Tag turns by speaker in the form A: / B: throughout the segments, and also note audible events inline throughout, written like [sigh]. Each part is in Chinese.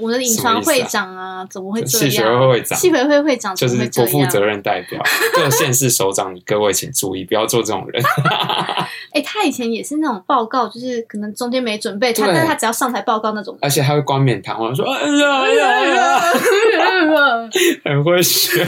A: 我们的隐藏会长啊，怎么会这
B: 系学
A: 样？
B: 会会长
A: 系委会会长
B: 就
A: 啊怎么
B: 是
A: 会
B: 不
A: 这
B: 负责
A: 样？
B: 任代表， [laughs] 各县市首长，各位请注意，不要做这种人。
A: 哎、他以前也是那种报告，就是可能中间没准备，他
B: 对
A: 但是他只要上台报告那种。
B: 而且还会冠冕堂皇地说：“哎呀哎呀哎呀， [laughs] 很会学。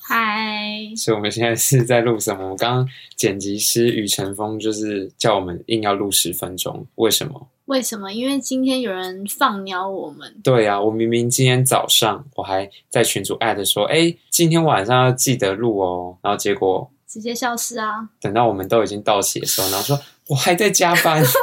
A: 嗨，”
B: 所以我们现在是在录什么？我们刚刚剪辑师雨晨风就是叫我们硬要录十分钟，为什么？
A: 为什么？因为今天有人放鸟我们，
B: 对啊呀、我明明今天早上我还在群主艾特说：“哎，今天晚上要记得录哦。”然后结果
A: 直接消失啊！
B: 等到我们都已经到齐的时候，然后说：“我还在加班。” [laughs]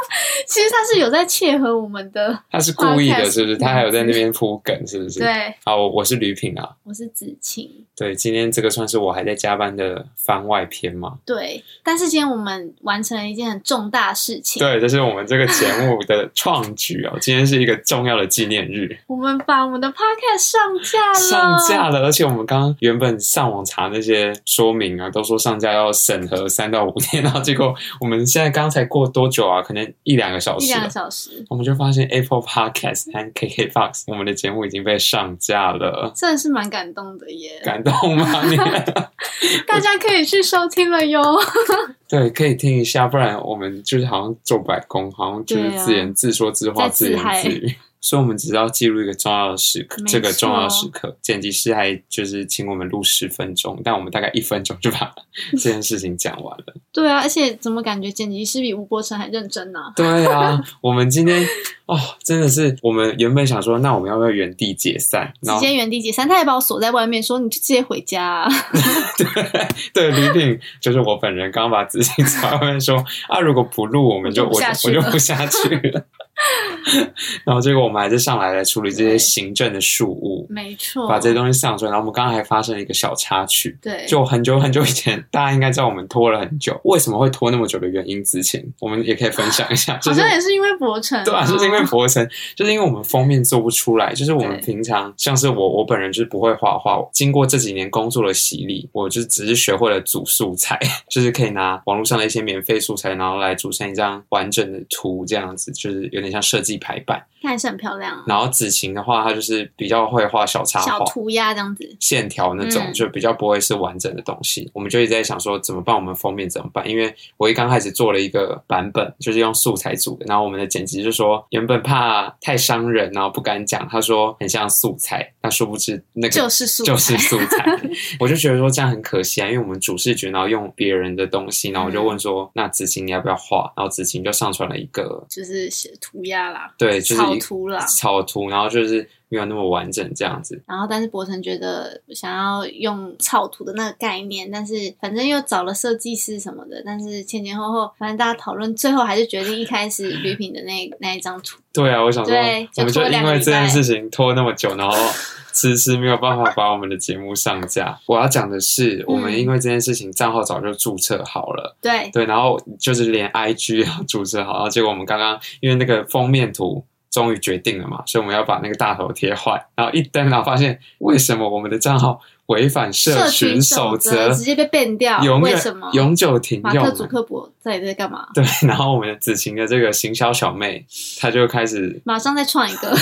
A: 其实他是有在切合我们的。
B: 他是故意
A: [laughs]
B: 的，
A: Podcast
B: 是不是？他还有在那边铺梗，是不是？。
A: 对，
B: 好，我我是吕品啊。
A: 我是子晴。
B: 对，今天这个算是我还在加班的番外篇嘛？
A: 对，但是今天我们完成了一件很重大的事情，
B: 对，这是我们这个节目的创举哦。今天是一个重要的纪念日，
A: 我们把我们的 podcast 上架了，
B: 上架了，而且我们刚刚原本上网查那些说明啊，都说上架要审核三到五天， [laughs] 然后结果我们现在刚才过多久啊？可能一两个小
A: 一
B: 时
A: 两
B: 了
A: 个。小时，
B: 我们就发现 Apple Podcast 和 KKBox 我们的节目已经被上架了，
A: 真的是蛮感动的耶！
B: 感动吗？你
A: [laughs] 大家可以去收听了哟。
B: 对，可以听一下，不然我们就是好像做白工，好像就是
A: 对啊
B: 自言自说自话、
A: 在
B: 自
A: 自
B: 言
A: 嗨
B: 自语。 [laughs] 所以，我们只是要记录一个重要的时刻，
A: 没
B: 这个重要的
A: 错
B: 时刻，剪辑师还就是请我们录十分钟，但我们大概一分钟就
A: [laughs]
B: 把这件事情讲完了。
A: [laughs] 对啊，而且怎么感觉剪辑师比吴伯承还认真呢、
B: 对啊，我们今天哦，真的是我们原本想说，那我们要不要原地
A: [laughs]
B: 解散？然
A: 直
B: 后
A: 接原地解散，他也把我锁在外面，说你就直接回家、啊。
B: [laughs] 对吕品就是我本人，刚刚把子欣传问说啊，如果不录，我们就
A: 我就不
B: 我
A: 下
B: 就
A: 去
B: 我
A: 了
B: 就不下去了。 [laughs] 然后结果我们还是上来来处理这些行政的事务，
A: 没错，
B: 把这些东西上出来。然后我们刚刚还发生了一个小插曲，
A: 哦对，
B: 就很久很久以前，大家应该知道我们拖了很久。为什么会拖那么久的原因，之前我们也可以分享一下，就
A: 好
B: 是
A: 像也是因为伯承、
B: [laughs] 对啊，就是因为佛尘，就是因为我们封面做不出来，就是我们
A: 嗯对
B: 平常像是我，我本人就是不会画画，经过这几年工作的洗礼，我就只是学会了组素材， [laughs] 就是可以拿网络上的一些免费素材，然后来组成一张完整的图，这样子就是有点像设计排版。
A: 看还是很漂亮啊，
B: 然后子晴的话，她就是比较会画小插
A: 小
B: 画。
A: 涂鸦这样子。
B: 线条那种
A: 嗯
B: 就比较不会是完整的东西，我们就一直在想说怎么办，我们封面怎么办？因为我一刚开始做了一个版本，就是用素材组的，然后我们的剪辑就说原本怕太伤人，然后不敢讲，他说很像素材，那殊不知那个
A: 就是素材
B: 就是素材，
A: [laughs]
B: 我就觉得说这样很可惜啊，因为我们主视觉然后用别人的东西，然后我就问说、
A: 嗯
B: 那子晴你要不要画？然后子晴就上传了一个
A: 就是写涂鸦啦，
B: 对，就是
A: 草
B: 一
A: 图啦。
B: 草图，然后就是没有那么完整这样子，
A: 然后，但是博成觉得想要用草图的那个概念，但是反正又找了设计师什么的，但是前前后后，反正大家讨论，最后还是决定一开始吕品的那那一张图。
B: 对啊，我想说
A: 对，
B: 我们
A: 就
B: 就
A: 拖
B: 因
A: 两个
B: 为
A: 礼
B: 这件
A: 拜
B: 事情拖那么久，然后迟迟没有办法把我们的节目上架。我要讲的是，我
A: 嗯
B: 们因为这件事情账号早就注册好了，
A: 对，
B: 对，然后就是连 IG 也要注册好，然后结果我们刚刚因为那个封面图。终于决定了嘛，所以我们要把那个大头贴换，然后一登，然后发现为什么我们的账号违反社群
A: 群
B: 守
A: 则
B: 则，
A: 直接被 ban 掉，
B: 永
A: 为
B: 远
A: 什么？
B: 永久停
A: 马
B: 用
A: 克·
B: 啊？
A: 祖克伯到底在干嘛？
B: 对，然后我们子晴的这个行销小妹，她就开始
A: 马上再创一
B: [laughs]
A: 个，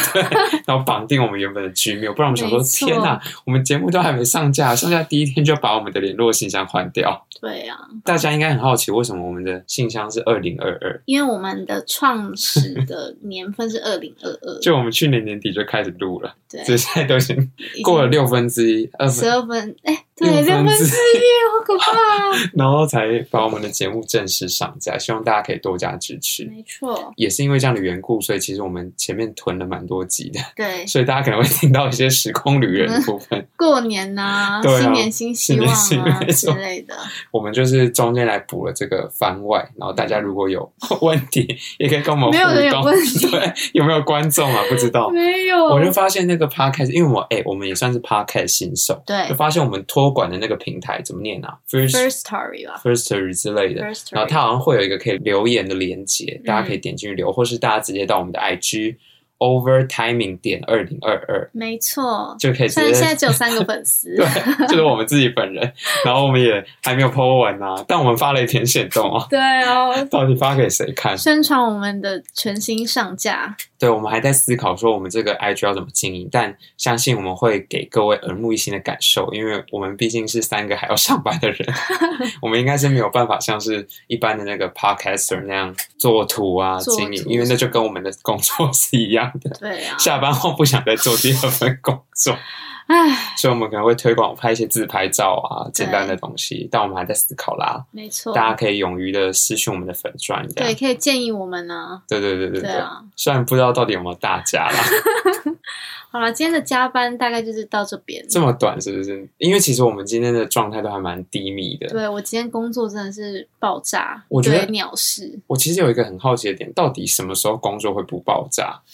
B: 然后绑定我们原本的 Gmail，不然我们想说，
A: 没错
B: 天哪，我们节目都还没上架，上架第一天就把我们的联络信箱换掉。
A: 对啊，
B: 大家应该很好奇，为什么我们的信箱是二零二二？
A: 因为我们的创始的年份是二零二二，
B: 就我们去年年底就开始录了，
A: 对，
B: 所以现在都已经过了六分之一、呃二
A: 十
B: 分，
A: 二分，哎，
B: 六
A: 对，
B: 分之
A: 六分之一，好可怕啊！
B: 然后才把我们的节目正式上架。希望大家可以多加支持。
A: 没错，
B: 也是因为这样的缘故，所以其实我们前面囤了蛮多集的，
A: 对，
B: 所以大家可能会听到一些时空旅人的部分。
A: 过年呐、
B: [laughs] 对啊
A: 新年新希望
B: 新年
A: 啊
B: 新
A: 之类的，
B: 我们就是中间来补了这个番外，然后大家如果有 [laughs] 问题，也可以跟我们
A: 没有人
B: 互
A: 有
B: 动。 [laughs]
A: 问题
B: 对，有没有观众啊？不知道。
A: 没有，
B: 我就发现那个 podcast，因为我哎、我们也算是 podcast 新手，就
A: 对
B: 发现我们托管的那个平台怎么念啊？First
A: first story 吧
B: Firstory 之类的。
A: ，first
B: 然后
A: story，
B: 它好像会有一个可以留言的连接，
A: 嗯
B: 大家可以点进去留，或是大家直接到我们的 IG over timing 点二零二二，
A: 没错。
B: 就可以直
A: 虽然现在只
B: 接。，
A: 有三个粉丝
B: 对，就是我们自己本人，然后我们也还没有 po 文啊，但我们发了一篇线动啊，
A: 对哦，
B: 到底发给谁看？
A: 宣传我们的全新上架，
B: 对，我们还在思考说我们这个 IG 要怎么经营，但相信我们会给各位耳目一新的感受，因为我们毕竟是三个还要上
A: [laughs]
B: 班的人，我们应该是没有办法像是一般的那个 podcaster 那样做图啊
A: 做
B: 经营，
A: 图
B: 因为那就跟我们的工作是一样的。
A: 对啊，
B: 下班后不想再做第二份工作，
A: 唉，
B: 所以我们可能会推广拍一些自拍照啊，简单的东西，但我们还在思考啦。
A: 没错，
B: 大家可以勇于的私讯我们的粉钻，这
A: 对，
B: 样
A: 可以建议我们呢、
B: 对对对对
A: 对
B: 对，
A: 啊，
B: 虽然不知道到底有没有大
A: [laughs]
B: 家啦。
A: 好了，今天的加班大概就是到这边。
B: 这么短是不是？因为其实我们今天的状态都还蛮低迷的。
A: 对我今天工作真的是爆炸，
B: 我觉得
A: 一堆鸟事。
B: 我其实有一个很好奇的点，到底什么时候工作会不爆炸？ [laughs]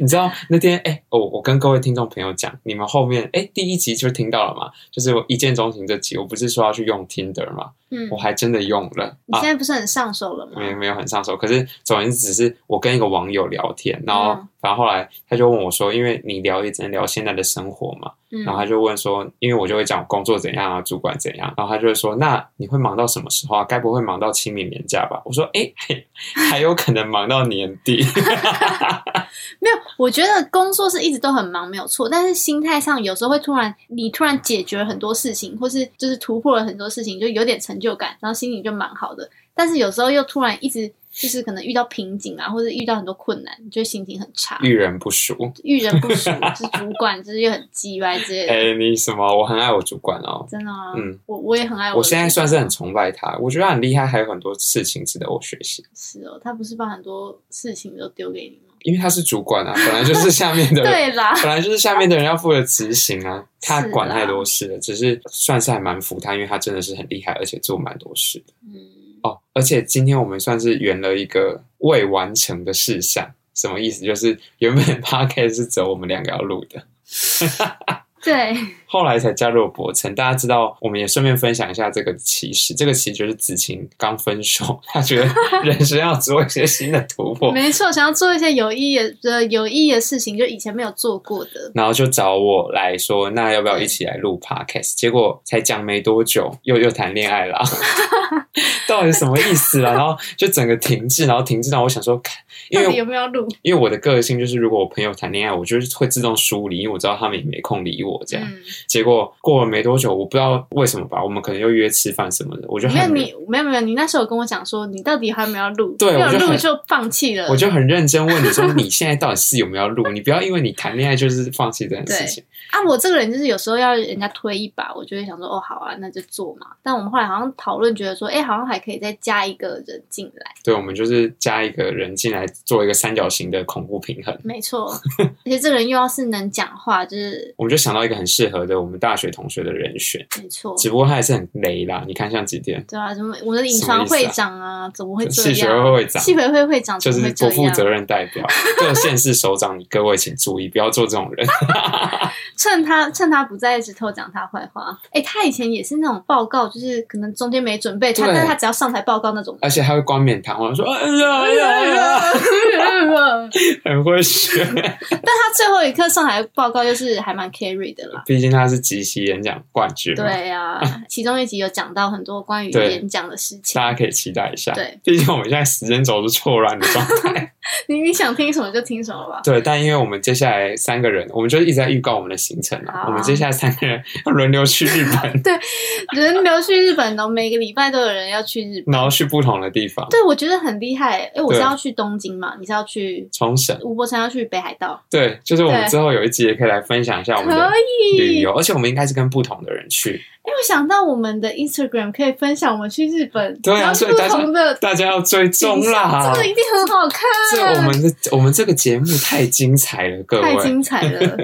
B: 你知道那天哎、我我跟各位听众朋友讲，你们后面哎、第一集就听到了嘛，就是我一见钟情这集，我不是说要去用 Tinder 嘛，
A: 嗯
B: 我，还真的用了
A: 你
B: 啊
A: 现，在不是很上手了吗？
B: 没有没有很上手，可是总而言之，只是我跟一个网友聊天，然后
A: 嗯
B: 反正后来他就问我说，因为你聊也只能聊现在的生活嘛，
A: 嗯，
B: 然后他就问说，因为我就会讲我工作怎样啊，主管怎样，然后他就会说，那你会忙到什么时候啊？该不会忙到清明年假吧？我说，哎，嘿还有可能忙到年底。 [laughs]
A: 没有，我觉得工作是一直都很忙，没有错。但是心态上有时候会突然，你突然解决了很多事情，或是就是突破了很多事情，就有点成就感，然后心里就蛮好的。但是有时候又突然一直就是可能遇到瓶颈啊，或者遇到很多困难，就心情很差，
B: 遇人不淑。
A: 遇人不淑，就是主管就是又很鸡歪之
B: [laughs]
A: 类的。
B: 哎，你什么？我很爱我主管哦。
A: 真的吗？
B: 嗯，
A: 我我也很爱我的
B: 我现在
A: 主管
B: 算是很崇拜他，我觉得他很厉害，还有很多事情值得我学习。
A: 是哦，他不是把很多事情都丢给你吗？
B: 因为他是主管啊，本来就是下面的人，
A: 对啦，
B: [laughs] 本来就是下面的人要负责执行啊。他
A: 是
B: 管太
A: 啦
B: 多事了，只是算是还蛮服他，因为他真的是很厉害，而且做蛮多事的。
A: 嗯，
B: 哦，而且今天我们算是圆了一个未完成的事项，什么意思？就是原本 [laughs] podcast 是只有我们两个要录的，
A: 对，
B: 后来才加入了博成。大家知道，我们也顺便分享一下这个奇事。这个奇就是子晴刚分手，她觉得人生要做一些新的突
A: [laughs]
B: 破，
A: 没错，想要做一些有意义的、呃有意义的事情，就以前没有做过的。
B: 然后就找我来说，那要不要一起来录 podcast？结果才讲没多久，又又谈恋爱啦，
A: [laughs]
B: 到底什么意思啊啦？然后就整个停滞，然后停滞到我想说，看因
A: 到
B: 为
A: 底有没有录？
B: 因为我的个性就是，如果我朋友谈恋爱，我就是会自动疏离，因为我知道他们也没空理我这样。
A: 嗯，
B: 结果过了没多久，我不知道为什么吧，我们可能又约吃饭什么的，我就
A: 没有
B: 很
A: 你，没有没有，你那时候有跟我讲说，你到底还有没有录？
B: 对
A: 没有
B: 我就
A: 录
B: 很
A: 就放弃了。
B: 我就很认真问你说，你现在到底是有没有要录？你不要因为你谈恋爱就是放弃这件事情。
A: 啊，我这个人就是有时候要人家推一把，我就会想说，哦，好啊，那就做嘛。但我们后来好像讨论，觉得说，哎、好像还可以再加一个人进来。
B: 对，我们就是加一个人进来做一个三角形的恐怖平衡。
A: 没
B: [laughs]
A: 错，而且这个人又要是能讲话，就是
B: 我们就想到一个很适合的我们大学同学的人选，
A: 没错。
B: 只不过他也是很雷啦。你看像几点，
A: 对啊，什么我的隐
B: 什么
A: 藏
B: 意思啊
A: 会长啊，怎么会这
B: 系学
A: 样？
B: 会会长，
A: 系委会会长
B: 就
A: 怎么
B: 是
A: 会这
B: 不负
A: 样？
B: 责任代表，各县市首长，你各位请注意，不要做这种人。
A: 趁他趁他不在，一直偷讲他坏话。哎、他以前也是那种报告，就是可能中间没准备，他
B: 对
A: 但是他只要上台报告那
B: [laughs]
A: 种。
B: 而且还会冠冕堂皇地说：“哎呀哎呀哎呀， [laughs]
A: 但
B: 很会学。
A: 他最后一刻上台报告，就是还蛮 carry 的啦”。
B: 毕竟他是即席演讲冠军嘛，
A: 对呀、
B: [laughs]
A: 啊，其中一集有讲到很多关于
B: 对
A: 演讲的事情。
B: 大家可以期待一下。
A: 对，
B: 毕竟我们现在时间轴是错乱的状
A: [laughs]
B: 态。
A: 你你想听什么就听什么吧。
B: 对，但因为我们接下来三个人，我们就一直在预告我们的行程啊。
A: 好
B: 我们接下来三个人要轮流去日本，
A: 人流去日本的，哦每个礼拜都有人要去日本。
B: 然后去不同的地方，
A: 对，我觉得很厉害、哎、我是
B: 嗯对啊
A: 要去东京嘛，你是要去
B: 冲绳。
A: 吴伯承要去北海道，
B: 对，就是我们
A: 对
B: 之后有一集也可以来分享一啊下我们的
A: 可以
B: 旅游，而且我们应该是跟不同的人去。
A: 因为想到我们的 Instagram 可以分享我们去日本，
B: 对啊
A: 然后
B: 所以
A: 不
B: 大家
A: 同的
B: 大家要追踪啦
A: 这！个一定很好看，
B: 这我们的我们这个节目太精彩了，各
A: 啊太
B: 位。
A: 精彩了。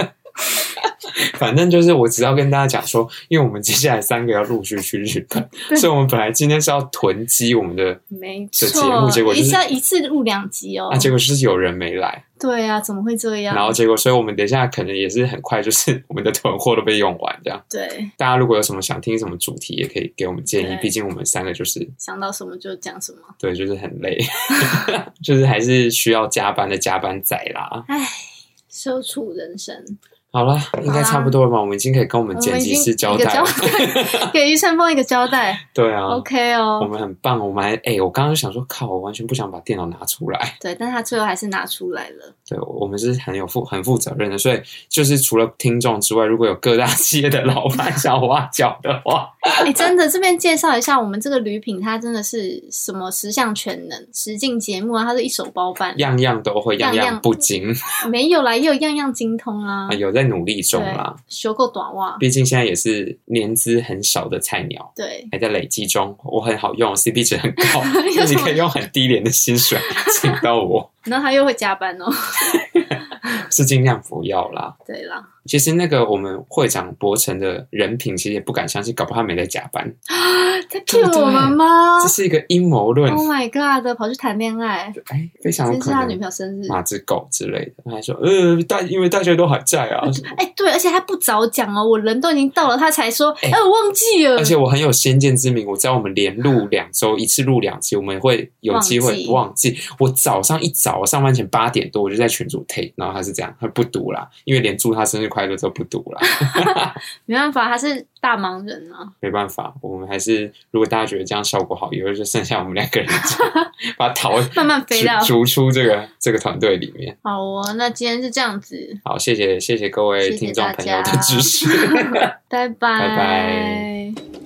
B: 反正就是我只要跟大家讲说，因为我们接下来三个要陆续去日
A: 对
B: 本，所以我们本来今天是要囤积我们的，啊
A: 没
B: 这节目
A: 错，
B: 结果就
A: 一
B: 是
A: 下一次录两集哦
B: 啊，，结果就是有人没来，
A: 对啊，怎么会这样？
B: 然后结果，所以我们等一下可能也是很快，就是我们的囤货都被用完这样。
A: 对，
B: 大家如果有什么想听什么主题，也可以给我们建议
A: 对，
B: 毕竟我们三个就是
A: 想到什么就讲什么。
B: 对，就是很累， [laughs] 就是还是需要加班的加班仔啦。
A: 唉，奢侈人生，
B: 好啦，应该差不多了吧？我们已经可以跟我们
A: 我
B: 剪
A: 们已
B: 辑
A: 经
B: 师交
A: 一个
B: 代
A: 交 [laughs]
B: 了。
A: 代，给余承峰一个交
B: [laughs]
A: 代。
B: 对啊
A: OK
B: 我
A: 哦，
B: 们很棒。我们还哎、我刚刚想说，靠，我完全不想把电脑拿出来。
A: 对，但他最后还是拿出来了。
B: 对，我们是很有负很负责任的，所以就是除了听众之外，如果有各大 [laughs] 企业的老板想要挖角的话，
A: [laughs] 哎，真的，这边介绍一下，我们这个吕品，他真的是什么十项全能，实境节目啊，他是一手包办，
B: 样样都会，样
A: 样
B: 样不精，
A: 没有啦，也有样样精通啊
B: 啊，有在努力中啦。
A: 学够短袜，
B: 毕竟现在也是年资很少的菜鸟，
A: 对，，
B: 还在累积中。我很好用，CP 值很高
A: [laughs] 有
B: 那
A: 什
B: 你
A: 么
B: 可以用很低廉的薪水请到我，
A: 然后他又会加班哦。
B: 是尽量不要啦。
A: 对
B: [laughs]
A: 啦，
B: 其实那个我们会长博成的人品，其实也不敢相信，搞不好他没在加班，
A: 在骗我们吗
B: 这是一个阴谋论，
A: ？Oh my god！跑去谈恋爱，
B: 哎，非常有
A: 真是
B: 可
A: 他女
B: 能
A: 朋。友生日。
B: 哪只狗之类的，他还说，呃，大因为大家都还在
A: [laughs]
B: 啊，
A: 哎、对，而且他不早讲哦，我人都已经到了，他才说，哎、我忘记了。
B: 而且我很有先见之明，我知道我们连录两周，一次录两集，我们会有机会
A: 忘
B: 忘记。我早上一早上班前八点多，我就在群组 take，然后他是这样，他不读啦，因为连祝他生日快乐都不读
A: [laughs]
B: 啦，
A: 没办法，他是大忙人啊。
B: 没办法，我们还是如果大家觉得这样效果好，以后就剩下我们两个人
A: [laughs]
B: 把桃
A: 慢慢飞到
B: 逐逐出这个这个团队里面。
A: 好哦，那今天就这样子，
B: 好，谢谢谢谢各
A: 谢
B: 位
A: 谢
B: 听众
A: 大
B: 朋友的
A: 家
B: 支持。
A: 拜拜
B: 拜拜